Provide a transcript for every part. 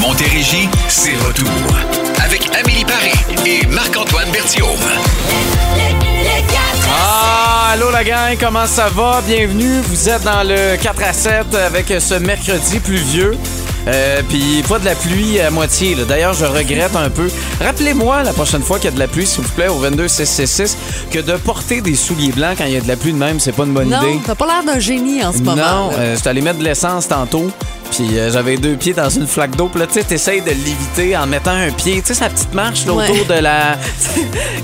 Montérégie, c'est retour. Avec Amélie Paris et Marc-Antoine Bertiaume. Ah, allô la gang, comment ça va? Bienvenue, vous êtes dans le 4 à 7 avec ce mercredi pluvieux. Euh, Puis pas de la pluie à moitié. là. D'ailleurs, je regrette un peu. Rappelez-moi la prochaine fois qu'il y a de la pluie, s'il vous plaît, au 22666, que de porter des souliers blancs quand il y a de la pluie de même, c'est pas une bonne idée. Non, t'as pas l'air d'un génie en ce moment. Non, là. euh, j'étais allé mettre de l'essence tantôt. Puis euh, j'avais deux pieds dans une flaque d'eau. Puis là, tu sais, t'essayes de l'éviter en mettant un pied. Tu sais, sa petite marche là, autour de la.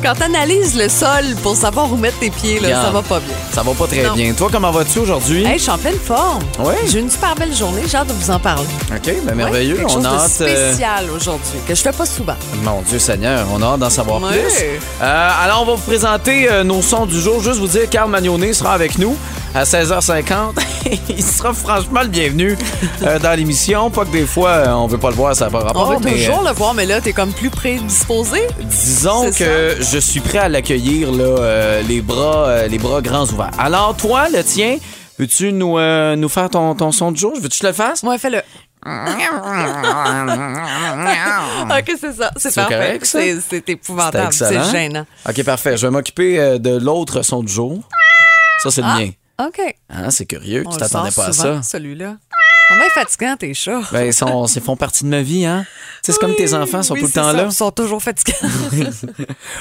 Quand t'analyses le sol pour savoir où mettre tes pieds, là, euh, Regarde. ça va pas bien. Ça va pas très Non. bien. Toi, comment vas-tu aujourd'hui? Hey, je suis en pleine forme. Ouais. J'ai eu une super belle journée, j'ai hâte de vous en parler. OK, ben Ouais, merveilleux. quelque on chose a de hâte. euh, spécial aujourd'hui, que je fais pas souvent. Mon Dieu Seigneur, on a hâte d'en savoir Ouais. plus. Euh, alors, on va vous présenter euh, nos sons du jour. Juste vous dire, Carl Magnoné sera avec nous à 16h50. Il sera franchement le bienvenu euh, dans l'émission. Pas que des fois, euh, on veut pas le voir, ça n'a pas On rapport. va mais, euh, toujours le voir, mais là, t'es comme plus prédisposé. Disons C'est que je suis prêt à l'accueillir, là, euh, les, bras, euh, les bras grands ouverts. Alors, toi, le tien, veux-tu nous, euh, nous faire ton, ton son du jour? Veux-tu que je le fasse? Ouais, fais-le. ok, c'est ça. C'est C'est parfait. correct, ça? C'est- C'est épouvantable. C'était excellent. C'est gênant. OK, parfait. Je vais m'occuper euh, de l'autre son du jour. Ça, c'est le mien. OK. Hein, c'est curieux. Ah! On tu le t'attendais sort pas souvent, à ça. Celui-là. On est fatigant, tes chats. Ben, ils sont, ils font partie de ma vie, hein? Tu sais, c'est comme tes enfants sont Oui, tout le c'est temps ça, là. Ils sont toujours fatigants.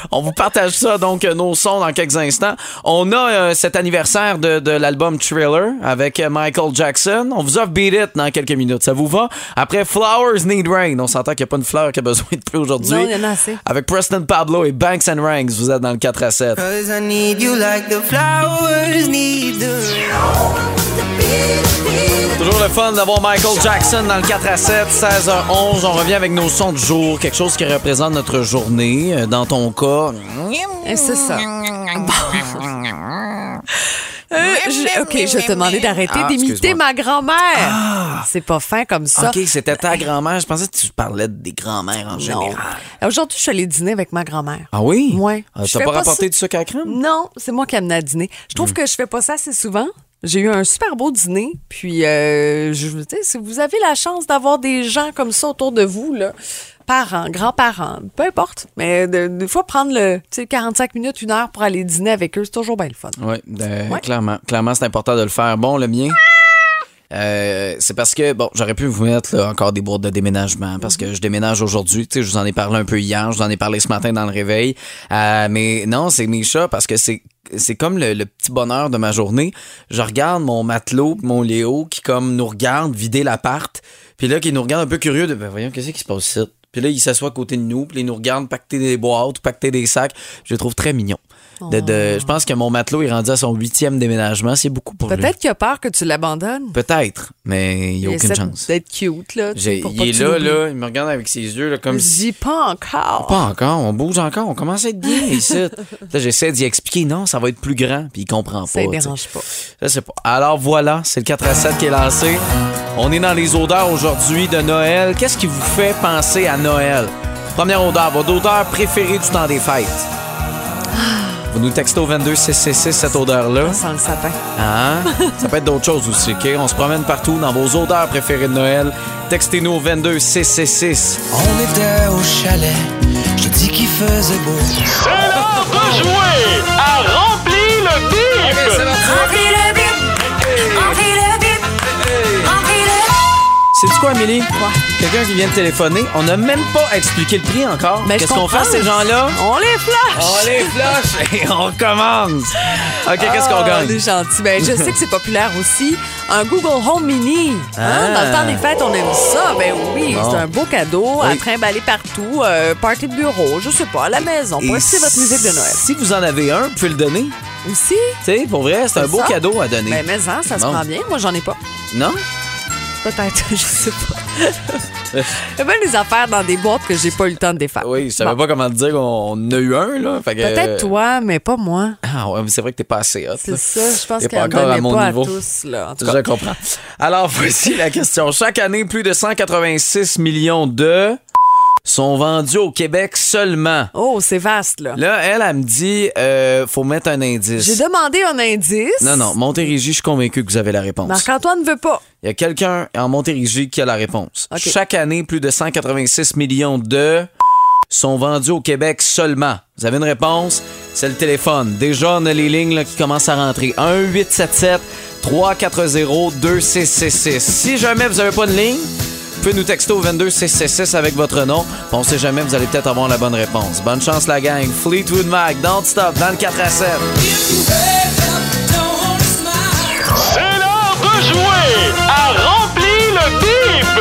On vous partage ça, donc, euh, nos sons dans quelques instants. On a euh, cet anniversaire de, de l'album Thriller avec euh, Michael Jackson. On vous offre Beat It dans quelques minutes. Ça vous va? Après Flowers Need Rain. On s'entend qu'il n'y a pas une fleur qui a besoin de plus aujourd'hui. Non, il y en a assez. Avec Preston Pablo et Banks and Ranks, vous êtes dans le 4 à 7. Cause I need you like the flowers need the Toujours le fun d'avoir Michael Jackson dans le 4 à 7, 16h11. On revient avec nos sons du jour, quelque chose qui représente notre journée. Euh, Dans ton cas, Et Eh, c'est ça. Bon. Euh, je- ok, je vais te demander d'arrêter Ah, d'imiter excuse-moi. Ah! ma grand-mère. C'est pas fin comme ça. OK, c'était ta grand-mère. Je pensais que tu parlais des grand-mères en Non. général. Aujourd'hui, je suis allée dîner avec ma grand-mère. Ah oui? Ouais. Ah, Je T'as fais pas pas rapporté ça. du sucre à la crème? Non, c'est moi qui amenais à dîner. Je Mm. trouve que je fais pas ça assez souvent. J'ai eu un super beau dîner, puis euh, je vous dis, si vous avez la chance d'avoir des gens comme ça autour de vous, là, parents, grands-parents, peu importe, mais de- des fois prendre le, tu sais, 45 minutes, une heure pour aller dîner avec eux, c'est toujours bien le fun. Oui, euh, Mm. Ouais. clairement. Clairement, c'est important de le faire. Bon, le mien. euh, c'est parce que, bon, j'aurais pu vous mettre là, encore des bourdes de déménagement parce que je déménage aujourd'hui. Tu sais, je vous en ai parlé un peu hier, je vous en ai parlé ce matin dans le réveil. Euh, mais non, c'est mes chats parce que c'est. C'est comme le, le petit bonheur de ma journée. Je regarde mon matelot, mon Léo, qui comme nous regarde vider l'appart. Puis là, qui nous regarde un peu curieux de, ben voyons, qu'est-ce qui se passe ici? Puis là, il s'assoit à côté de nous, puis il nous regarde pacter des boîtes, pacter des sacs. Je le trouve très mignon. De, de- je pense que mon matelot est rendu à son huitième déménagement. C'est beaucoup pour lui. Peut-être qu'il a peur que tu l'abandonnes. Peut-être, mais il n'y a aucune essaie chance. d'être cute, là. tu sais, J'ai- pour Il pas que est tu là, l'oublies. là, il me regarde avec ses yeux, là, comme Je si. dis pas encore. Pas encore, on bouge encore, on commence à être bien ici. Là, j'essaie d'y expliquer, non, ça va être plus grand, puis il comprend pas. Ça ne tu sais. dérange pas. Je sais pas. Alors voilà, c'est le 4 à 7 qui est lancé. On est dans les odeurs aujourd'hui de Noël. Qu'est-ce qui vous fait penser à Noël? Première odeur, votre odeur préférée du temps des fêtes. Ah. Vous nous textez au 22 666 cette odeur-là. Sans le sapin. Hein? Ça peut être d'autres choses aussi, OK? On se promène partout dans vos odeurs préférées de Noël. Textez-nous au 22 666. On était au chalet, je dis qu'il faisait beau. C'est quoi, Amélie? Quelqu'un qui vient de téléphoner. On n'a même pas expliqué le prix encore. Mais Ben, je Qu'est-ce qu'on fait comprends. à ces gens-là? On les flash! On les flush et on commence. OK, qu'est-ce qu'on Ah, gagne? on est gentil. Ben, je sais que c'est populaire aussi. Un Google Home Mini. Hein? Ah. Dans le temps des fêtes, on aime ça. Ben oui, Bon. c'est un beau cadeau à Oui. trimballer partout. euh, party de bureau, je sais pas, à la maison. Pour Et écouter votre musique de Noël. Si vous en avez un, vous pouvez le donner. Aussi, Tu sais, pour vrai, c'est un C'est beau ça. cadeau à donner. ben, mais ça, ça se Bon. prend bien. Moi, j'en ai pas. Non? Peut-être, je sais pas. Il y a bien des affaires dans des boîtes que j'ai pas eu le temps de défaire. Oui, je savais Ah, Bon. pas comment te dire qu'on on a eu un, là. Fait que- Peut-être toi, mais pas moi. Ah ouais, mais c'est vrai que t'es pas assez hot. là. C'est ça, je pense T'es qu'elle ne donnait pas à tous. Là, en tout Je cas. comprends. Alors, voici la question. Chaque année, plus de 186 millions de sont vendus au Québec seulement. Oh, c'est vaste, là. Là, elle, elle me dit, euh, faut mettre un indice. J'ai demandé un indice. Non, non, Montérégie, je suis convaincu que vous avez la réponse. Marc-Antoine ne veut pas. Il y a quelqu'un en Montérégie qui a la réponse. Ok. Chaque année, plus de 186 millions de sont vendus au Québec seulement. Vous avez une réponse? C'est le téléphone. Déjà, on a les lignes là, qui commencent à rentrer. 1-877-340-2666. Si jamais vous n'avez pas de ligne, vous pouvez nous texter au 22666 avec votre nom. On sait jamais, vous allez peut-être avoir la bonne réponse. Bonne chance, la gang. Fleetwood Mac, Don't Stop, dans le 4 à 7. C'est l'heure de jouer à Rempli le bip!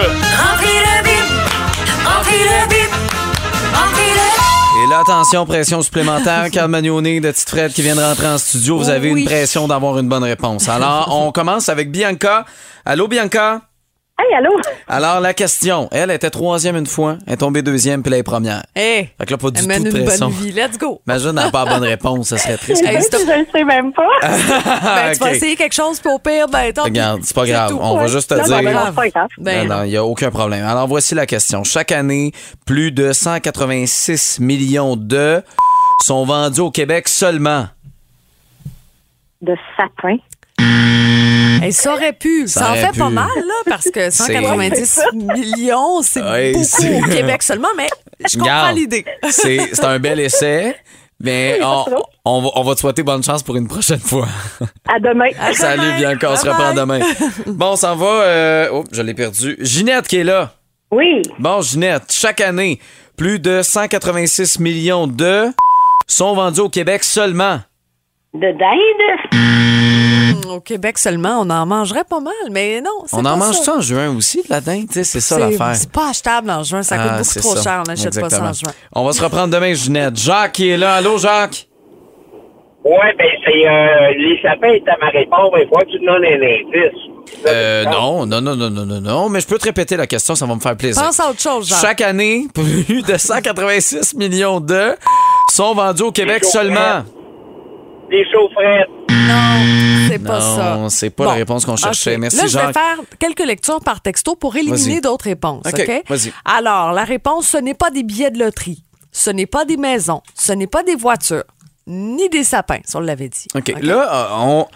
Et là, attention, pression supplémentaire. Carl Magnonnet de Tite Fred qui vient de rentrer en studio. Vous avez Oui. une pression d'avoir une bonne réponse. Alors, on commence avec Bianca. Allô, Bianca? Hey, allô? Alors, la question. Elle était troisième une fois, elle est tombée deuxième, puis elle est première. Hé, Fait que là, pas du elle mène tout de une pression. bonne vie. Let's go. Imagine, elle n'a pas la bonne réponse, ça serait triste. Hey, stop. Je le sais même pas. Ben, tu vas Ah, Ok. essayer quelque chose, puis au pire, ben, tant pis. Regarde, c'est pas grave. tout. On va juste te Non, non, dire. ben, non, c'est pas grave. Ben, non, non, il n'y a aucun problème. Alors, voici la question. Chaque année, plus de 186 millions de sont vendus au Québec seulement. De sapin. Hey, Eh, ça aurait pu. Ça, Ça en aurait fait pu. pas mal, là, parce que 190 millions, c'est Ouais, c'est- beaucoup au Québec seulement, mais je comprends Regarde, l'idée. C'est c'est un bel essai, mais on, on va, on va te souhaiter bonne chance pour une prochaine fois. À demain. Salut, Bianca, on se Bye reprend bye. demain. Bon, on s'en va. euh, oh, je l'ai perdu. Ginette qui est là. Oui. Bon, Ginette, chaque année, plus de 186 millions de sont vendus au Québec seulement. De dinde. Au Québec seulement, on en mangerait pas mal, mais non. c'est On pas en mange ça en juin aussi, de la dinde? Tu sais, C'est ça C'est- l'affaire. C'est pas achetable en juin, ça coûte Ah, beaucoup c'est trop ça. cher, on n'achète pas ça en Exactement. juin. On va se reprendre demain, Ginette. Jacques qui est là. Allô, Jacques? Ouais, ben c'est euh, les sapins étaient ma réponse, mais faut que tu donnes un indice. Euh, non, non, non, non, non, non, non, mais je peux te répéter la question, ça va me faire plaisir. Pense à autre chose, genre. Chaque année, plus de 186 millions d'œufs sont vendus au Québec Des seulement. Des chaufferettes. Non, c'est pas Non, ça. c'est pas la réponse qu'on cherchait. ok. Merci, Là, je vais Jacques. faire quelques lectures par texto pour Vas-y. éliminer d'autres réponses. Ok, OK? vas-y. Alors, la réponse, ce n'est pas des billets de loterie, ce n'est pas des maisons, ce n'est pas des voitures, ni des sapins, si on l'avait dit. OK, là, euh, on...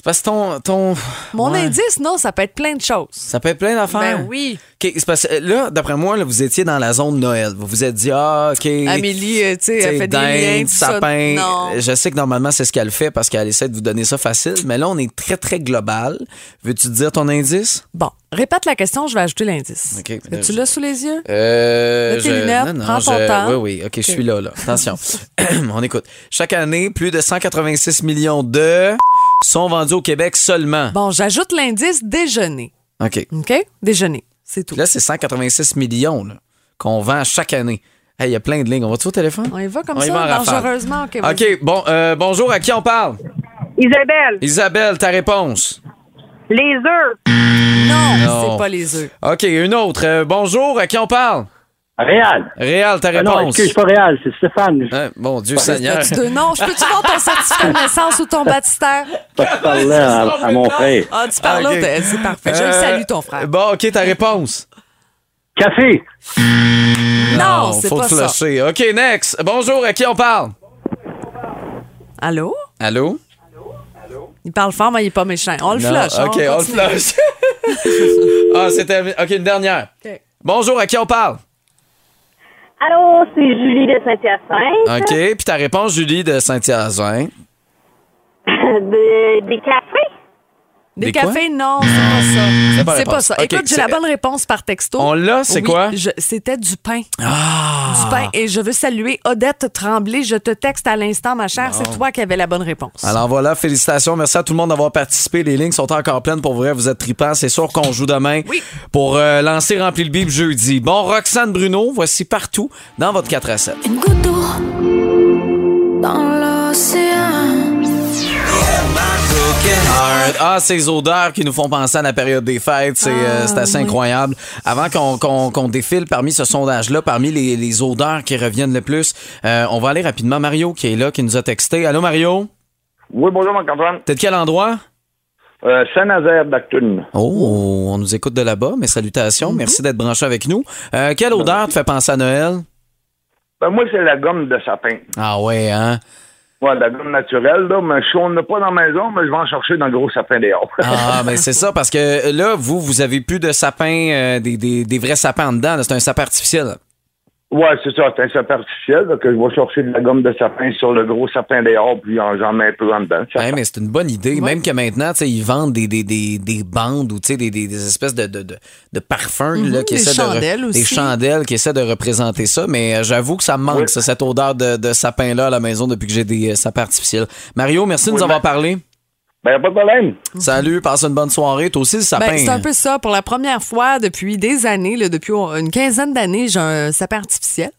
C'est parce que ton... ton... Mon Ouais. indice, non, ça peut être plein de choses. Ça peut être plein d'affaires. Ben oui. OK, c'est parce que là, d'après moi, là, vous étiez dans la zone Noël. Vous vous êtes dit, ah, OK... Amélie, euh, tu sais, tu sais, elle fait des liens, dinde, tout ça. sapin. Euh, Non. Je sais que normalement, c'est ce qu'elle fait parce qu'elle essaie de vous donner ça facile, mais là, on est très, très global. Veux-tu dire ton indice? Bon, répète la question, je vais ajouter l'indice. Ok. Est-ce que Tu l'as sous les yeux? Euh, Mets tes lunettes, prends ton je- temps. Oui, oui, ok, je suis là, là. Attention, on écoute. Chaque année, plus de 186 millions de sont vendus au Québec seulement. Bon, j'ajoute l'indice déjeuner. Ok. OK? Déjeuner, c'est tout. Là, c'est 186 millions là, qu'on vend chaque année. Hey, Il y a plein de lignes. On va-tu au téléphone? On y va comme On y ça, va en rafale. dangereusement. OK, vas-y. OK, bon, euh, bonjour, à qui on parle? Isabelle, Isabelle, ta réponse. les œufs. Non, Non. c'est pas les œufs. OK, une autre. Euh, bonjour, à qui on parle? Réal. Réal, ta Ah non, réponse. excuse, pas Réal, c'est Stéphane. Hein, bon Dieu Seigneur. As-tu deux noms? Je peux-tu voir ton certificat de naissance ou ton baptistère? Je euh, parlais à, à mon frère. Ah, tu parles Ah, ok. là, t'es- c'est parfait. Je le Euh, salue, ton frère. Bon, OK, ta réponse. Café. non, Ah, c'est Ah, faut pas te ça. flusher. OK, next. Bonjour, à qui on parle? Allô? Allô? Il parle fort, mais il est pas méchant. On le Non, flush. OK, on, le continue. flush. ah, c'est terminé. OK, une dernière. OK. Bonjour, à qui on parle? Allô, c'est Julie de Saint-Hyacinthe. OK, puis ta réponse, Julie de Saint-Hyacinthe. De- des cafés. Des Des, quoi? cafés, non, c'est C'est pas pas ça. C'est pas réponse. ça. OK, Écoute, j'ai c'est- la bonne réponse par texto. On l'a, c'est Oui, quoi? Ah! je- C'était du pain. Du pain. Et je veux saluer Odette Tremblay. Je te texte à l'instant, ma chère. C'est toi qui avais la bonne réponse. Alors voilà, félicitations. Merci à tout le monde d'avoir participé. Les lignes sont encore pleines pour vrai. Vous êtes tripants. C'est sûr qu'on joue demain pour euh, lancer Rempli le Bib jeudi. Bon, Roxane Bruno, voici partout dans votre 4 à 7. Une goutte d'eau dans l'océan. Ah, ces odeurs qui nous font penser à la période des fêtes, c'est euh, Ah, c'est assez incroyable. Avant qu'on qu'on- qu'on défile parmi ce sondage-là, parmi les, les odeurs qui reviennent le plus, euh, on va aller rapidement. Mario qui est là, qui nous a texté. Allô, Mario? Oui, bonjour, Marc-Antoine. T'es de quel endroit? Euh, Saint-Nazaire d'Actune. Oh, on nous écoute de là-bas, mais salutations. Mhm. Merci d'être branché avec nous. Euh, quelle odeur te fait penser à Noël? Ben, moi, c'est la gomme de sapin. Ah ouais, hein? Ouais, de la gomme naturelle, là, mais si on n'a pas dans la maison, mais je vais en chercher dans le gros sapin dehors. Ah, ben c'est ça, parce que là, vous, vous avez plus de sapins, euh, des, des- des vrais sapins en dedans. là. C'est un sapin artificiel. ouais, c'est ça, c'est un sapin artificiel, là, que je vais chercher de la gomme de sapin sur le gros sapin dehors, puis en- j'en mets un peu en dedans. Ça Ouais, Hein, mais c'est une bonne idée. Même que maintenant, tu sais, ils vendent des, des, des, des bandes ou tu sais, des, des, des espèces de, de, de, de parfums là, qui Mhm, des essaient chandelles de re- aussi. des chandelles qui essaient de représenter ça. Mais euh, j'avoue que ça me manque, Oui. ça, cette odeur de, de sapin là à la maison depuis que j'ai des euh, sapins artificiels. Mario, merci de nous Oui, avoir mais- parlé. Ben, y a pas de problème. Mm-hmm. Salut, passe une bonne soirée. Toi aussi le sapin. Ben, c'est un hein? peu ça. Pour la première fois depuis des années, là, depuis une quinzaine d'années, j'ai un sapin artificiel.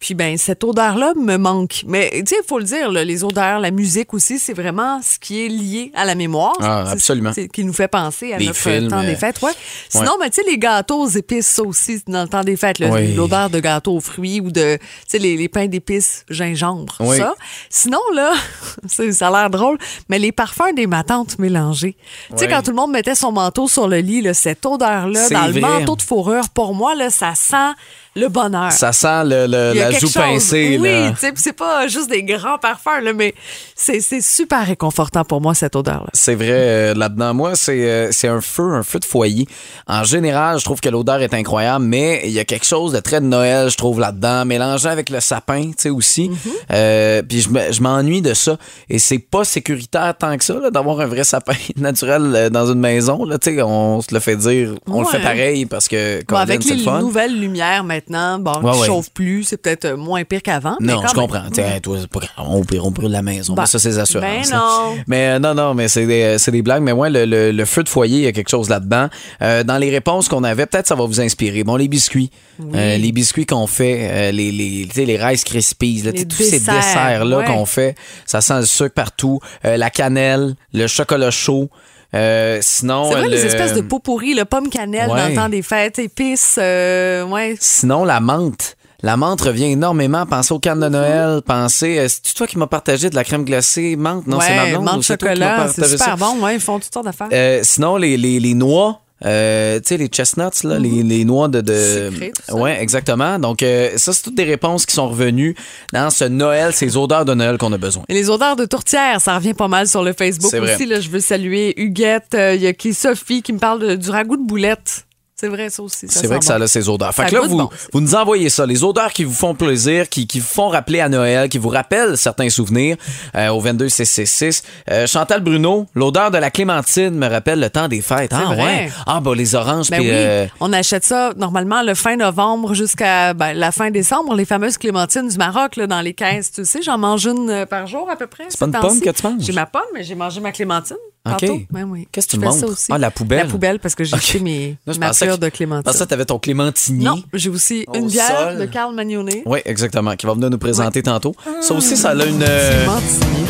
Puis ben cette odeur-là me manque. Mais tu sais, il faut le dire, là, les odeurs, la musique aussi, c'est vraiment ce qui est lié à la mémoire. Ah, C'est- absolument. C'est qui nous fait penser à Les notre films, temps euh, des fêtes. Ouais. Sinon, ben, tu sais, les gâteaux aux épices, ça aussi, dans le temps des fêtes, là, Oui. l'odeur de gâteaux aux fruits ou de, tu sais, les, les pains d'épices, gingembre, Oui. ça. Sinon, là, ça ça a l'air drôle, mais les parfums des matantes mélangés. Tu sais, Oui. quand tout le monde mettait son manteau sur le lit, là, cette odeur-là, C'est dans vrai. le manteau de fourrure, pour moi, là, ça sent le bonheur. Ça sent le, le- Il y a la quelque joue chose. pincée. Oui, là. tu sais, puis c'est pas juste des grands parfums, là, mais c'est c'est super réconfortant pour moi, cette odeur-là. C'est vrai, euh, là-dedans, moi, c'est euh, c'est un feu, un feu de foyer. En général, je trouve que l'odeur est incroyable, mais il y a quelque chose de très de Noël, je trouve, là-dedans, mélangé avec le sapin, tu sais, aussi. Mm-hmm. Euh, puis je me- je m'ennuie de ça. Et c'est pas sécuritaire tant que ça, là, d'avoir un vrai sapin naturel euh, dans une maison. Là, tu sais, on se le fait dire, on le Ouais. fait pareil parce que, Bon, Colin, avec c'est les le fun. nouvelles lumières maintenant, bon, Ouais, qui ouais. chauffent plus, c'est peut-être euh, moins pire qu'avant. mais Non, quand je même. comprends. Tiens, toi, c'est pas grave. on, brûle, on brûle la maison. Bah, mais ça, c'est les assurances. ben non. Mais euh, non, non, mais c'est des, euh, c'est des blagues. Mais ouais, le, le- le feu de foyer, il y a quelque chose là-dedans. Euh, dans les réponses qu'on avait, peut-être ça va vous inspirer. Bon, les biscuits. Euh, les biscuits qu'on fait, euh, les, les, tu sais, les Rice Krispies, là, tu sais, Les tous ces desserts, desserts-là ouais. qu'on fait, ça sent le sucre partout. Euh, la cannelle, le chocolat chaud. Euh, sinon, C'est vrai, le- les espèces de pot pourri, le pomme cannelle dans Ouais. le temps des fêtes, épices, euh, ouais. Sinon, la menthe. La menthe revient énormément. Pensez aux cannes de Mhm. Noël. Pensez. euh, C'est toi qui m'as partagé de la crème glacée menthe. Non, c'est ma ouais, blonde. menthe ou c'est toi qui m'as chocolat, c'est partagé super ça? bon, ouais, ils font toutes sortes d'affaires. Euh, sinon, les, les, les noix. euh, tu sais, les chestnuts, là, les, les noix de... de... Sucrées, Mhm. tout ça. Ouais, exactement. Donc, euh, ça, c'est toutes des réponses qui sont revenues dans ce Noël, ces odeurs de Noël qu'on a besoin. Et les odeurs de tourtière, ça revient pas mal sur le Facebook C'est vrai. aussi. Là, je veux saluer Huguette. euh, Il y a qui Sophie qui me parle de- du ragoût de boulette. C'est vrai, ça aussi. C'est vrai sent que ça bon. a ces odeurs. Fait Ça que là, goûte vous, bon. vous nous envoyez ça, les odeurs qui vous font plaisir, qui, qui vous font rappeler à Noël, qui vous rappellent certains souvenirs euh, au 22666. Euh, Chantal Bruno, l'odeur de la clémentine me rappelle le temps des fêtes. Ah vrai. ouais. Ah bah les oranges Ben puis oui, euh, on achète ça normalement le fin novembre jusqu'à ben, la fin décembre, les fameuses clémentines du Maroc là, dans les caisses. Tu sais, j'en mange une euh, par jour à peu près. C'est pas ces une pomme temps-ci. que tu manges? J'ai ma pomme, mais j'ai mangé ma clémentine. OK. tantôt. Ben oui. Qu'est-ce que Je tu fais ça manges? aussi. Ah, la poubelle. La poubelle, parce que j'ai OK. acheté mes, Là, je ma pensais fleur que- de je pensais clémentine. que t'avais ton clémentinier. Non, j'ai aussi Au une bière sol. de Carl Magnonnet. Oui, exactement, qui va venir nous présenter tantôt. Ça aussi, ça a une. euh, Clémentinier.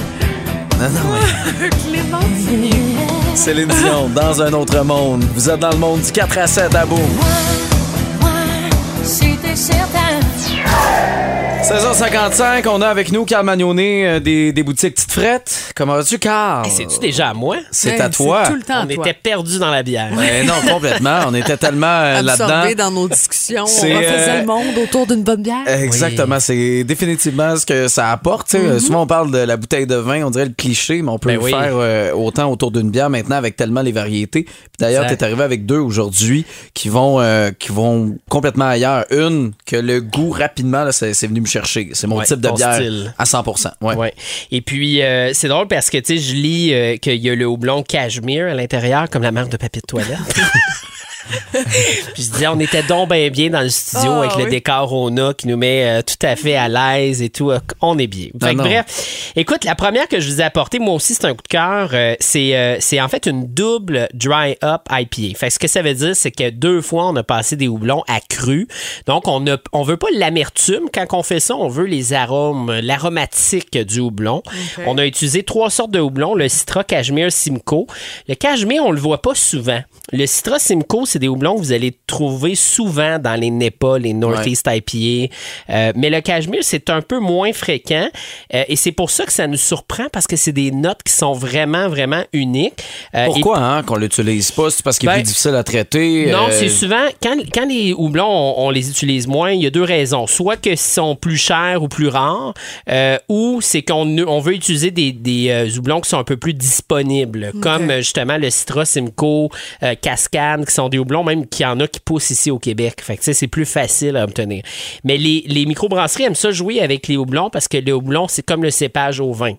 Non, non, ouais. Clémentinier. Céline Dion, dans un autre monde. Vous êtes dans le monde du 4 à 7 à bout. Si t'es certain, 16h55, on a avec nous Carl Magnonnet euh, des, des boutiques Petites Frettes. Comment vas-tu, Carl? Eh, C'est-tu déjà à moi? C'est Hey, à toi. Ben, C'est tout le temps On à toi. était perdus dans la bière. Mais non, complètement. On était tellement euh, là-dedans. Absorbés dans nos discussions, on C'est, refaisait euh, le monde autour d'une bonne bière. Exactement, c'est définitivement ce que ça apporte. tu sais. Mm-hmm. Souvent, on parle de la bouteille de vin, on dirait le cliché, mais on peut Ben le oui. faire euh, autant autour d'une bière maintenant avec tellement les variétés. Puis d'ailleurs, tu Exact. es arrivé avec deux aujourd'hui qui vont euh, qui vont complètement ailleurs. Une que le goût rapidement, là, c'est c'est venu me chercher. C'est mon Ouais, type de ton bière style. à 100%. Ouais. Ouais. Et puis, euh, c'est drôle parce que, tu sais, je lis euh, qu'il y a le houblon cashmere à l'intérieur, comme la marque de papier de toilette. puis je disais, on était donc bien bien dans le studio Ah, avec le oui. décor on a qui nous met euh, tout à fait à l'aise et tout. Euh, On est bien. Ah Fait que non. bref, écoute, la première que je vous ai apportée, moi aussi, c'est un coup de cœur. euh, c'est, euh, c'est en fait une double dry up IPA. Fait que ce que ça veut dire, c'est que deux fois, on a passé des houblons à cru. Donc, on ne on veut pas l'amertume. Quand on fait ça, on veut les arômes, l'aromatique du houblon. On a utilisé trois sortes de houblons, le Citra, Cashmere, Simcoe. Le Cashmere, on le voit pas souvent. Le Citra Simcoe, c'est des houblons que vous allez trouver souvent dans les NEPA, les Northeast IPA. Euh, mais le cachemire, c'est un peu moins fréquent. euh, et c'est pour ça que ça nous surprend parce que c'est des notes qui sont vraiment, vraiment uniques. Euh, et- Pourquoi hein, qu'on l'utilise pas? C'est parce qu'il est Ben, plus difficile à traiter? non, euh, c'est souvent, quand, quand les houblons, on, on les utilise moins, il y a deux raisons. Soit qu'ils sont plus chers ou plus rares, euh, ou c'est qu'on ne- on veut utiliser des, des euh, houblons qui sont un peu plus disponibles, comme euh, justement le Citra Simcoe, euh, Cascade, qui sont des houblons même qu'il y en a qui poussent ici au Québec. Fait que, tu sais, c'est plus facile à obtenir. Mais les, les microbrasseries aiment ça jouer avec les houblons parce que le houblon, c'est comme le cépage au vin.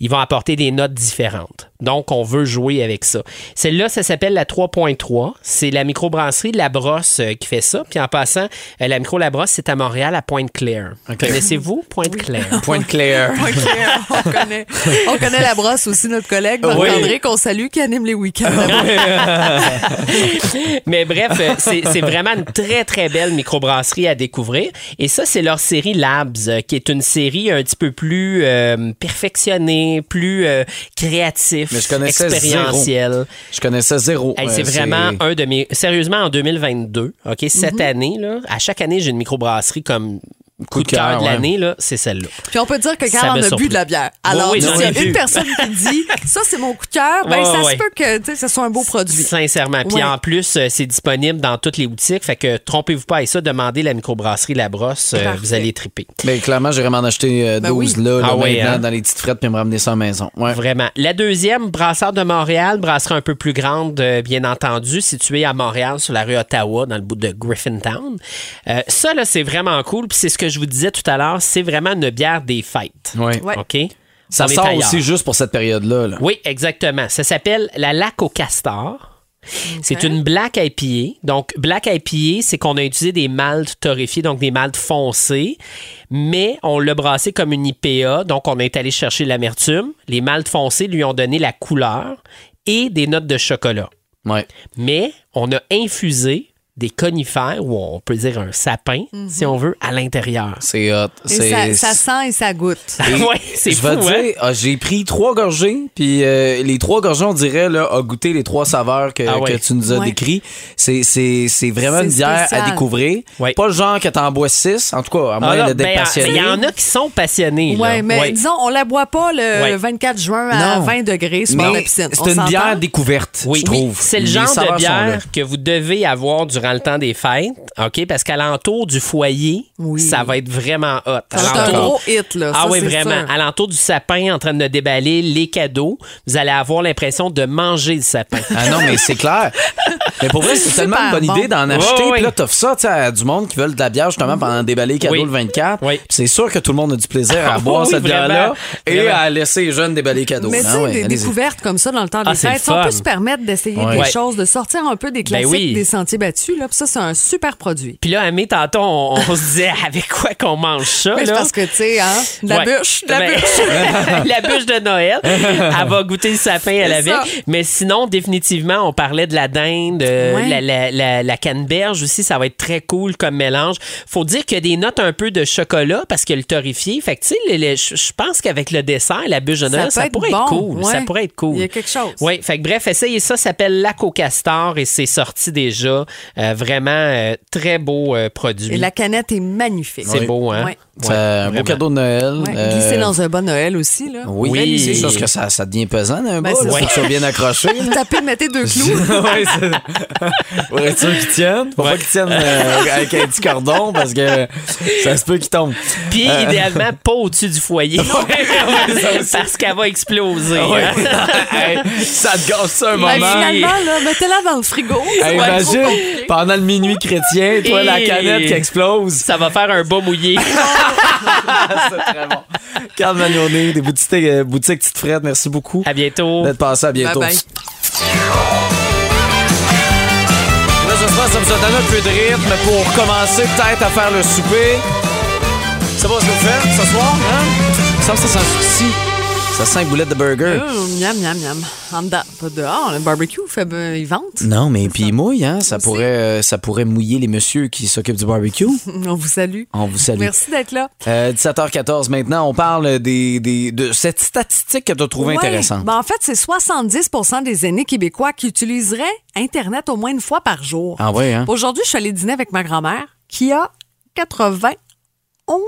Ils vont apporter des notes différentes. Donc, on veut jouer avec ça. Celle-là, ça s'appelle la 3.3. C'est la microbrasserie La Brosse euh, qui fait ça. Puis en passant, euh, la micro La Brosse, c'est à Montréal, à Pointe-Claire. Connaissez-vous Pointe-Claire? Pointe-Claire. Ok, on connaît. On connaît la brosse aussi, notre collègue Marc-André, qu'on salue, qui anime les week-ends. Mais bref, euh, c'est c'est vraiment une très, très belle microbrasserie à découvrir. Et ça, c'est leur série Labs, euh, qui est une série un petit peu plus euh, perfectionnée, plus euh, créative, Mais je connaissais expérientielle. zéro. Je connaissais zéro. Hey, Euh, c'est vraiment un de mes. Sérieusement, en 2022, OK, cette Mhm. année, là, à chaque année, j'ai une microbrasserie comme coup de cœur de ouais. l'année, là, c'est celle-là. Puis on peut dire que Ça quand on m'a a surpris. bu de la bière, Oui, alors oui, s'il j'en y a ai une bu. personne qui dit ça c'est mon coup de cœur, ben Ouais, ça se ouais. peut que tu sais, ce soit un beau produit. Sincèrement. Puis Ouais. en plus, euh, c'est disponible dans toutes les boutiques. Fait que trompez-vous pas avec ça. Demandez la microbrasserie La Brosse. euh, Parfait. vous allez triper. Mais Ben, clairement, j'irais m'en acheter euh, Ben 12 oui. là, là, Ah ouais, maintenant, hein? dans les petites frettes, puis me ramener ça à la maison. Ouais. Vraiment. La deuxième, Brasseur de Montréal, brasserie un peu plus grande, euh, bien entendu, située à Montréal, sur la rue Ottawa, dans le bout de Griffintown. Euh, ça, là, c'est vraiment cool. Puis c'est ce que je vous disais tout à l'heure, c'est vraiment une bière des fêtes. Ouais. Ouais. OK? Ça On est sort ailleurs. aussi juste pour cette période-là. là. Oui, exactement. Ça s'appelle la lac au castor. C'est une black IPA. Donc, black IPA, c'est qu'on a utilisé des maltes torréfiés, donc des maltes foncés, mais on l'a brassé comme une IPA. Donc, on est allé chercher l'amertume. Les maltes foncés lui ont donné la couleur et des notes de chocolat. Ouais. Mais on a infusé des conifères, ou on peut dire un sapin, Mm-hmm. si on veut, à l'intérieur. C'est hot. Et C'est- ça, ça sent et ça goûte. ouais, c'est je fou, vais te hein? dire, ah, j'ai pris trois gorgées, puis euh, les trois gorgées, on dirait, là, a goûté les trois saveurs que, Ah ouais. que tu nous as Ouais. décrit. C'est, c'est, c'est vraiment C'est une bière spécial. à découvrir. Ouais. Pas le genre que t'en bois six, en tout cas, à moins Ah là, d'être ben, passionné. Il y en a qui sont passionnés. là. Ouais, mais Ouais. disons, on la boit pas le Ouais. 24 juin à Non. 20 degrés sur la Mais piscine. On c'est une s'entend? bière découverte, Oui, je trouve. c'est le Les genre de saveurs sont là. bière que vous devez avoir durant le temps des fêtes, OK? Parce qu'à l'entour du foyer, Oui. ça va être vraiment hot. Ça va être À un l'entour- gros hit, là. Ah Ça, oui, c'est vraiment. sûr. À l'entour du sapin, en train de déballer les cadeaux, vous allez avoir l'impression de manger le sapin. Ah non, mais c'est clair. Mais pour vrai, c'est C'est tellement une super bonne idée bon. d'en Ouais, acheter. ouais. Puis là, t'offres ça tu sais, à du monde qui veulent de la bière justement pendant déballer les cadeaux Oui. le 24. Oui. Puis c'est sûr que tout le monde a du plaisir à Ah boire oui, cette vraiment. bière-là et Vraiment. à laisser les jeunes déballer les cadeaux. Mais tu Ah sais, ouais, des allez-y. découvertes comme ça dans le temps Ah, des c'est le fêtes, on fun. peut se permettre d'essayer Ouais. des Ouais. choses, de sortir un peu des Ben classiques, oui. des sentiers battus. Là. Puis ça, c'est un super produit. Puis là, Amé, tantôt, on, on se disait avec quoi qu'on mange Ah, ça. Mais c'est là? parce que, tu sais, hein, de la Ouais. bûche, de la Ben, bûche. la bûche de Noël. Elle va goûter le sapin à la C'est ça. avec. Mais sinon, définitivement, on parlait de la dinde, euh, Ouais. la, la- la- la canneberge aussi, ça va être très cool comme mélange. Faut dire qu'il y a des notes un peu de chocolat parce que le torréfié. Fait que, tu sais, le- le- je je pense qu'avec le dessert, la bûche de Ça Noël, peut ça, être pourrait bon, être cool. Ça ouais. pourrait être cool. Il y a quelque chose. Oui, fait que bref, essayez ça. Ça s'appelle Lac au Castor et c'est sorti déjà. Euh, vraiment, euh, très beau euh, produit. Et la canette est magnifique. C'est beau, hein? Ouais. C'est un beau vraiment. cadeau de Noël. Ouais. Euh, Glisser dans un bon Noël aussi, là. Oui, Oui. c'est sûr que ça, ça devient pesant un Ben, bol. c'est là, ça. Faut que ça soit bien accroché. Vous tapez, mettez deux clous. ouais, c'est- Pour être sûr qu'ils tiennent. Pour pas qu'ils tiennent euh, avec un petit cordon parce que ça se peut qu'ils tombent. Puis idéalement, pas au-dessus du foyer. parce qu'elle va exploser. hein. Hey, ça te gâche ça un Ben, moment. finalement, là, mettez-la dans le frigo. ça Hey, va être trop imagine, compliqué. pendant le minuit chrétien, toi, la Et- canette qui explose. Ça va faire un bas mouillé. C'est très bon. Carl Magnoné, des boutiques, euh, boutiques Tite Fred, merci beaucoup À bientôt. d'être passé. À bientôt. Bye bye. Là, j'espère que ça vous a donné un peu de rythme pour commencer peut-être à faire le souper. C'est pas ce que vous faites ce soir, hein? Ça, ça sent le souci. Ça sent une boulette de burger. Euh, miam, miam, miam. En dedans, pas dehors. Le barbecue, fait, ben, il vente. Non, mais puis il mouille, hein? Ça pourrait, euh, ça pourrait mouiller les messieurs qui s'occupent du barbecue. On vous salue. On vous salue. Merci d'être là. Euh, 17h14 maintenant, on parle des, des- de cette statistique que tu as trouvée Ouais. intéressante. Ben, en fait, c'est 70 des aînés québécois qui utiliseraient Internet au moins une fois par jour. Ah ouais, hein? Aujourd'hui, je suis allée dîner avec ma grand-mère qui a 91 ans.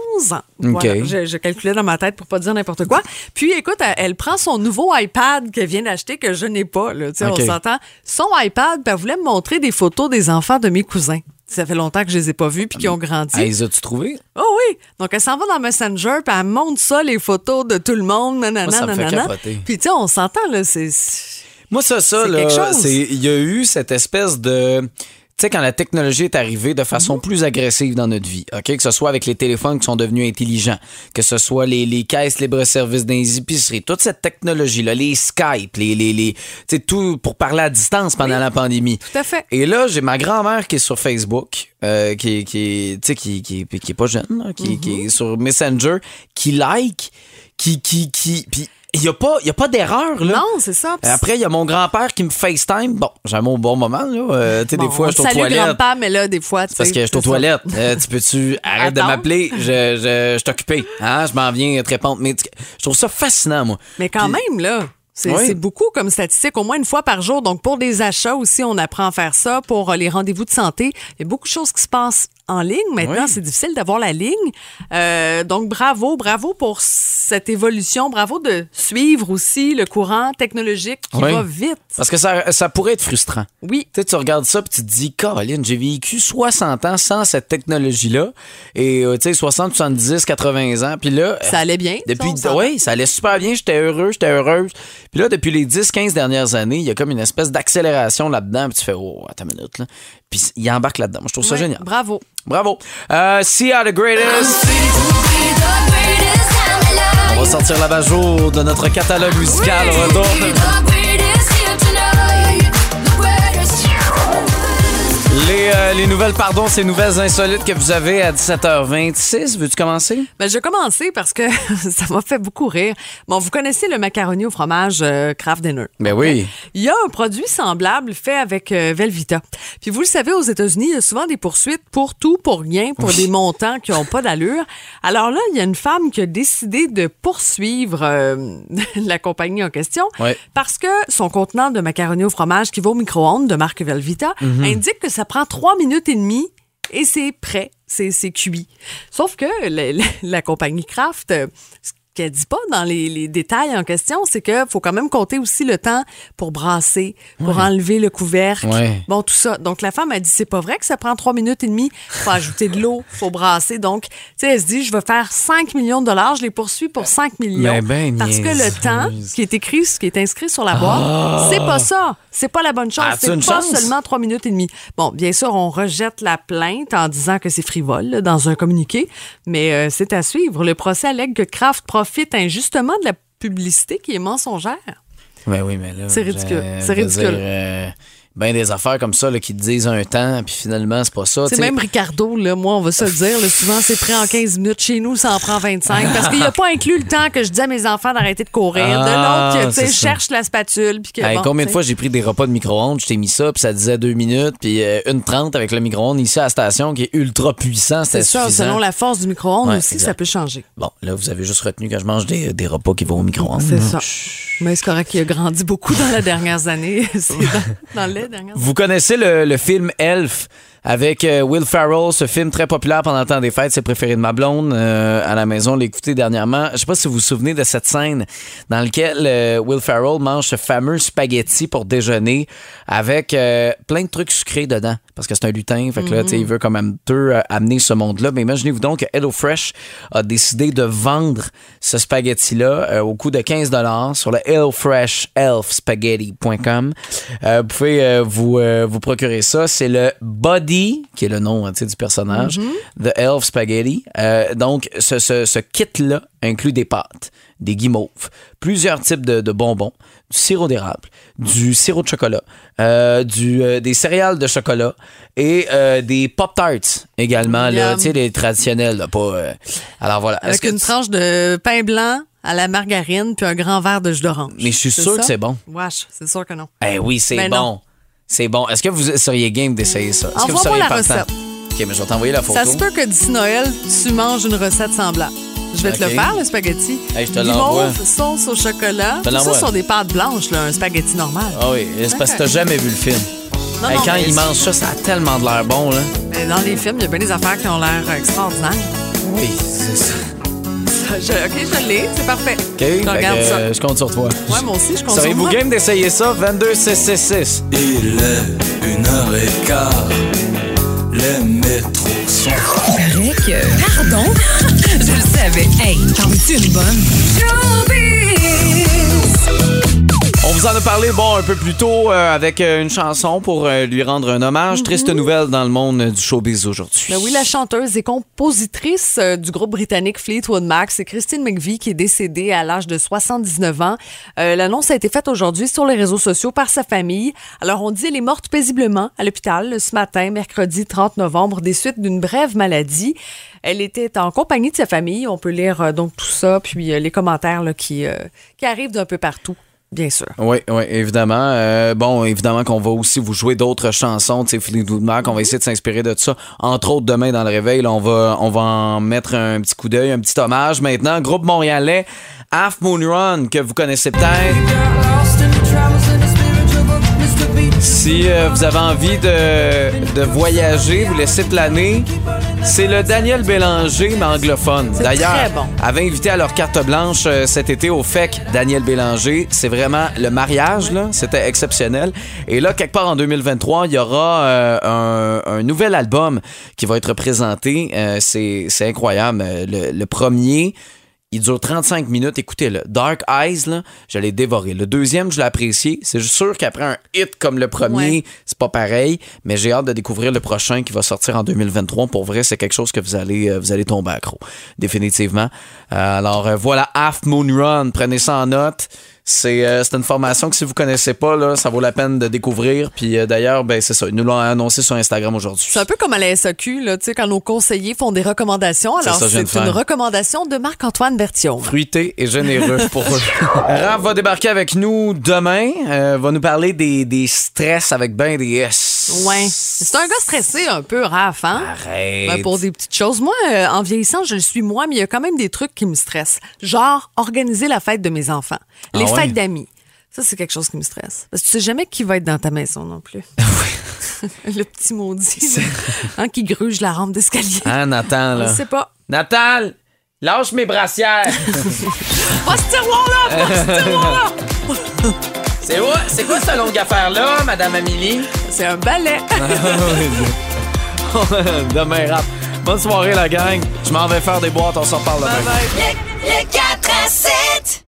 Voilà. OK. Je, je calculais dans ma tête pour pas dire n'importe quoi. Puis, écoute, elle, elle prend son nouveau iPad qu'elle vient d'acheter que je n'ai pas. Là, Tu sais, OK. On s'entend. Son iPad, puis elle voulait me montrer des photos des enfants de mes cousins. Ça fait longtemps que je les ai pas vus puis qui ont grandi. Ah, les as-tu trouvés? Oh oui! Donc, elle s'en va dans Messenger, puis elle montre ça, les photos de tout le monde, nanana, Moi, ça me fait nanana. capoter. Puis, tu sais, on s'entend, là, c'est... c'est- Moi, ça, ça, C'est là, quelque chose. c'est- il y a eu cette espèce de. Tu sais, quand la technologie est arrivée de Mhm. façon plus agressive dans notre vie, OK? Que ce soit avec les téléphones qui sont devenus intelligents, que ce soit les, les caisses libre-service dans les épiceries, toute cette technologie-là, les Skype, les. les, les tu sais, tout pour parler à distance pendant la pandémie. Tout à fait. Et là, j'ai ma grand-mère qui est sur Facebook, euh, qui, qui, tu sais, qui, qui, qui est pas jeune, là, qui, Mhm. qui est sur Messenger, qui like, qui. qui, qui puis il n'y a pas, il y a pas d'erreur, là. Non, c'est ça. Puis Après, il y a mon grand-père qui me FaceTime. Bon, j'aime au bon moment, là. Euh, tu sais, bon, des fois, on je suis aux salue toilettes. grand-père, mais là, des fois, tu Parce sais, que je suis aux c'est ça. Ah toilettes. Euh, tu peux-tu arrête de Attends. m'appeler? Je, je, je suis occupé. Hein? Je m'en viens te répondre. Mais tu- je trouve ça fascinant, moi. Mais quand Puis- même, là... C'est Oui. c'est beaucoup comme statistique, au moins une fois par jour. Donc, pour des achats aussi, on apprend à faire ça. Pour euh, les rendez-vous de santé, il y a beaucoup de choses qui se passent en ligne. Maintenant, Oui. c'est difficile d'avoir la ligne. Euh, donc, bravo, bravo pour cette évolution. Bravo de suivre aussi le courant technologique qui Oui. va vite. Parce que ça, ça pourrait être frustrant. Oui. Tu sais, tu regardes ça puis tu te dis, Caroline, j'ai vécu 60 ans sans cette technologie-là. Et, euh, tu sais, 60, 70, 80 ans. Puis là. Ça allait bien. Depuis, ça, on oui, ça allait super bien, j'étais heureux, j'étais heureuse. Puis là, depuis les 10-15 dernières années, il y a comme une espèce d'accélération là-dedans, puis tu fais, oh, attends une minute, là. Puis il embarque là-dedans. Moi, je trouve ça Ouais, génial. Bravo. Bravo. Euh, Sia, the greatest. On va sortir l'abat-jour de notre catalogue musical. On retourne. Les, euh, les nouvelles, pardon, ces nouvelles insolites que vous avez à 17h26. Veux-tu commencer? Ben, je vais commencer parce que ça m'a fait beaucoup rire. Bon, vous connaissez le macaroni au fromage euh, Kraft Dinner. Ben oui. Il y a un produit semblable fait avec euh, Velvita. Puis vous le savez, aux États-Unis, il y a souvent des poursuites pour tout, pour rien, pour des montants qui n'ont pas d'allure. Alors là, il y a une femme qui a décidé de poursuivre euh, la compagnie en question Ouais. parce que son contenant de macaroni au fromage qui va au micro-ondes de marque Velvita Mhm. indique que ça prend trois minutes et demie et c'est prêt, c'est c'est cuit. Sauf que la, la- la compagnie Kraft, euh, ce qu'elle dit pas dans les, les détails en question, c'est que faut quand même compter aussi le temps pour brasser, pour enlever le couvercle, Ouais. bon tout ça. Donc la femme a dit c'est pas vrai que ça prend trois minutes et demie, faut ajouter de l'eau, faut brasser. Donc tu sais elle se dit je vais faire 5 millions de dollars, je les poursuis pour 5 millions Mais ben parce que le niaiseuse. temps qui est écrit, ce qui est inscrit sur la boîte, c'est pas ça. C'est pas la bonne chose. Ah, c'est tu as Ah! une pas chance? seulement trois minutes et demie. Bon, bien sûr, on rejette la plainte en disant que c'est frivole là, dans un communiqué, mais euh, c'est à suivre. Le procès allègue que Kraft profite injustement de la publicité qui est mensongère. Ben oui, mais là. C'est ridicule. je- C'est je veux ridicule. dire, euh, ben des affaires comme ça là, qui te disent un temps, puis finalement, c'est pas ça. C'est tu sais. même Ricardo, là, moi, on va se le dire, là, souvent c'est prêt en 15 minutes. Chez nous, ça en prend 25. Parce qu'il n'a pas inclus le temps que je dis à mes enfants d'arrêter de courir. Ah, de l'autre, que, tu sais, c'est ça. cherche la spatule. puis que, Hey, bon, combien de tu sais. fois j'ai pris des repas de micro-ondes, je t'ai mis ça, puis ça disait 2 minutes, puis euh, une 30 avec le micro-ondes ici à la station qui est ultra puissant, C'est c'était ça, suffisant. selon la force du micro-ondes Ouais, aussi, exact. ça peut changer. Bon, là, vous avez juste retenu que je mange des, des repas qui vont au micro-ondes. C'est là. ça. Mais c'est correct qu'il a grandi beaucoup dans les dernières années. C'est dans, dans les dernières années. Vous connaissez le, le film Elf avec euh, Will Farrell, ce film très populaire pendant le temps des fêtes, c'est préféré de ma blonde. euh, à la maison, l'écouter dernièrement. Je sais pas si vous vous souvenez de cette scène dans laquelle euh, Will Farrell mange ce fameux spaghetti pour déjeuner avec euh, plein de trucs sucrés dedans. Parce que c'est un lutin, fait que là, tu sais, il veut quand même peu euh, amener ce monde-là. Mais imaginez-vous donc que HelloFresh a décidé de vendre ce spaghetti-là euh, au coût de 15 sur le hellofreshelfspaghetti.com. Euh, vous pouvez euh, vous, euh, vous procurer ça. C'est le Body, qui est le nom hein, tu sais, du personnage, Mm-hmm. The Elf Spaghetti. Euh, donc, ce, ce- ce kit-là inclut des pâtes, des guimauves, plusieurs types de, de bonbons, du sirop d'érable, du sirop de chocolat, euh, du, euh, des céréales de chocolat et euh, des Pop-Tarts également, là, Yum. tu sais, les traditionnels. là, pas, euh, Alors voilà. Est-ce Avec que une tu- tranche de pain blanc à la margarine puis un grand verre de jus d'orange. Mais je suis sûr ça? que c'est bon. Wesh, c'est sûr que non. Eh oui, c'est Ben bon. non. C'est bon. Est-ce que vous seriez game d'essayer ça? Est-ce que vous Envoie-moi seriez la partant? recette. OK, mais je vais t'envoyer la photo. Ça se peut que d'ici Noël, tu manges une recette semblable. Je vais te Ok. le faire, le spaghetti. Hey, je te Guimauve, l'envoie. sauce au chocolat. Je te Tout ça l'envoie. sur des pâtes blanches, là, un spaghetti normal. Ah oui, c'est parce que t'as Ok. jamais vu le film. Ah Non, Hey, non, quand mais- ils mangent ça, ça a tellement de l'air bon, là. Mais Dans les films, il y a bien des affaires qui ont l'air euh, extraordinaires. Oui, c'est ça. Ça, je- OK, je l'ai, c'est parfait. OK, Je fait que, regarde ça. euh, je compte sur toi. Ouais, moi aussi, je consomme. Seriez-vous game d'essayer ça? 22666. Il est une heure et quart. Les métros sont. Rick, euh, pardon? Je le savais. Hey, t'en es une bonne? On vous en a parlé bon un peu plus tôt euh, avec euh, une chanson pour euh, lui rendre un hommage. Triste Mhm. nouvelle dans le monde euh, du showbiz aujourd'hui. Ben oui, la chanteuse et compositrice euh, du groupe britannique Fleetwood Mac, c'est Christine McVie qui est décédée à l'âge de 79 ans. Euh, L'annonce a été faite aujourd'hui sur les réseaux sociaux par sa famille. Alors on dit elle est morte paisiblement à l'hôpital euh, ce matin, mercredi 30 novembre, des suites d'une brève maladie. Elle était en compagnie de sa famille. On peut lire euh, donc tout ça, puis euh, les commentaires là, qui, euh, qui arrivent d'un peu partout, bien sûr. Oui, oui, évidemment. Euh, bon, évidemment qu'on va aussi vous jouer d'autres chansons, tu sais, Fleetwood Mac. Mhm. On va essayer de s'inspirer de tout ça. Entre autres, demain dans le réveil, là, on va, on va en mettre un petit coup d'œil, un petit hommage. Maintenant, groupe montréalais Half Moon Run, que vous connaissez peut-être. Si euh, vous avez envie de, de voyager, vous laisser planer, c'est le Daniel Bélanger, mais anglophone. D'ailleurs, très bon. avait invité à leur carte blanche euh, cet été au FEC Daniel Bélanger. C'est vraiment le mariage, là. C'était exceptionnel. Et là, quelque part en 2023, il y aura euh, un, un nouvel album qui va être présenté. Euh, c'est c'est incroyable. Euh, Le, le premier. Il dure 35 minutes. Écoutez-le. Dark Eyes, là, je l'ai dévoré. Le deuxième, je l'ai apprécié. C'est juste sûr qu'après un hit comme le premier, c'est pas pareil. Mais j'ai hâte de découvrir le prochain qui va sortir en 2023. Pour vrai, c'est quelque chose que vous allez, euh, vous allez tomber accro. Définitivement. Euh, alors euh, voilà, Half Moon Run. Prenez ça en note. C'est euh, c'est une formation que si vous connaissez pas, là, ça vaut la peine de découvrir. Puis euh, d'ailleurs, ben, c'est ça. Ils nous l'ont annoncé sur Instagram aujourd'hui. C'est un peu comme à la SAQ, là, tu sais, quand nos conseillers font des recommandations. C'est Alors, ça que je viens c'est de une faire. recommandation de Marc-Antoine Berthiaume. fruité et généreux pour eux. Raph va débarquer avec nous demain, euh, va nous parler des, des stress avec ben des S. Ouais. C'est un gars stressé un peu, Raph, hein? Arrête. Ben, pour des petites choses. Moi, euh, en vieillissant, je le suis moi, mais il y a quand même des trucs qui me stressent. Genre, organiser la fête de mes enfants. Ah Les ouais? fêtes d'amis. Ça, c'est quelque chose qui me stresse. Parce que tu sais jamais qui va être dans ta maison non plus. le petit maudit, là, hein, qui gruge la rampe d'escalier. Hein, Nathan, là? Je sais pas. Nathan, lâche mes brassières! Pas ce tiroir-là! Pas ce tiroir-là! c'est quoi, c'est quoi cette longue affaire-là, Madame Amélie? C'est un balai. demain, Raph. Bonne soirée, la gang. Je m'en vais faire des boîtes, on s'en reparle demain. Le, le 4 à 7!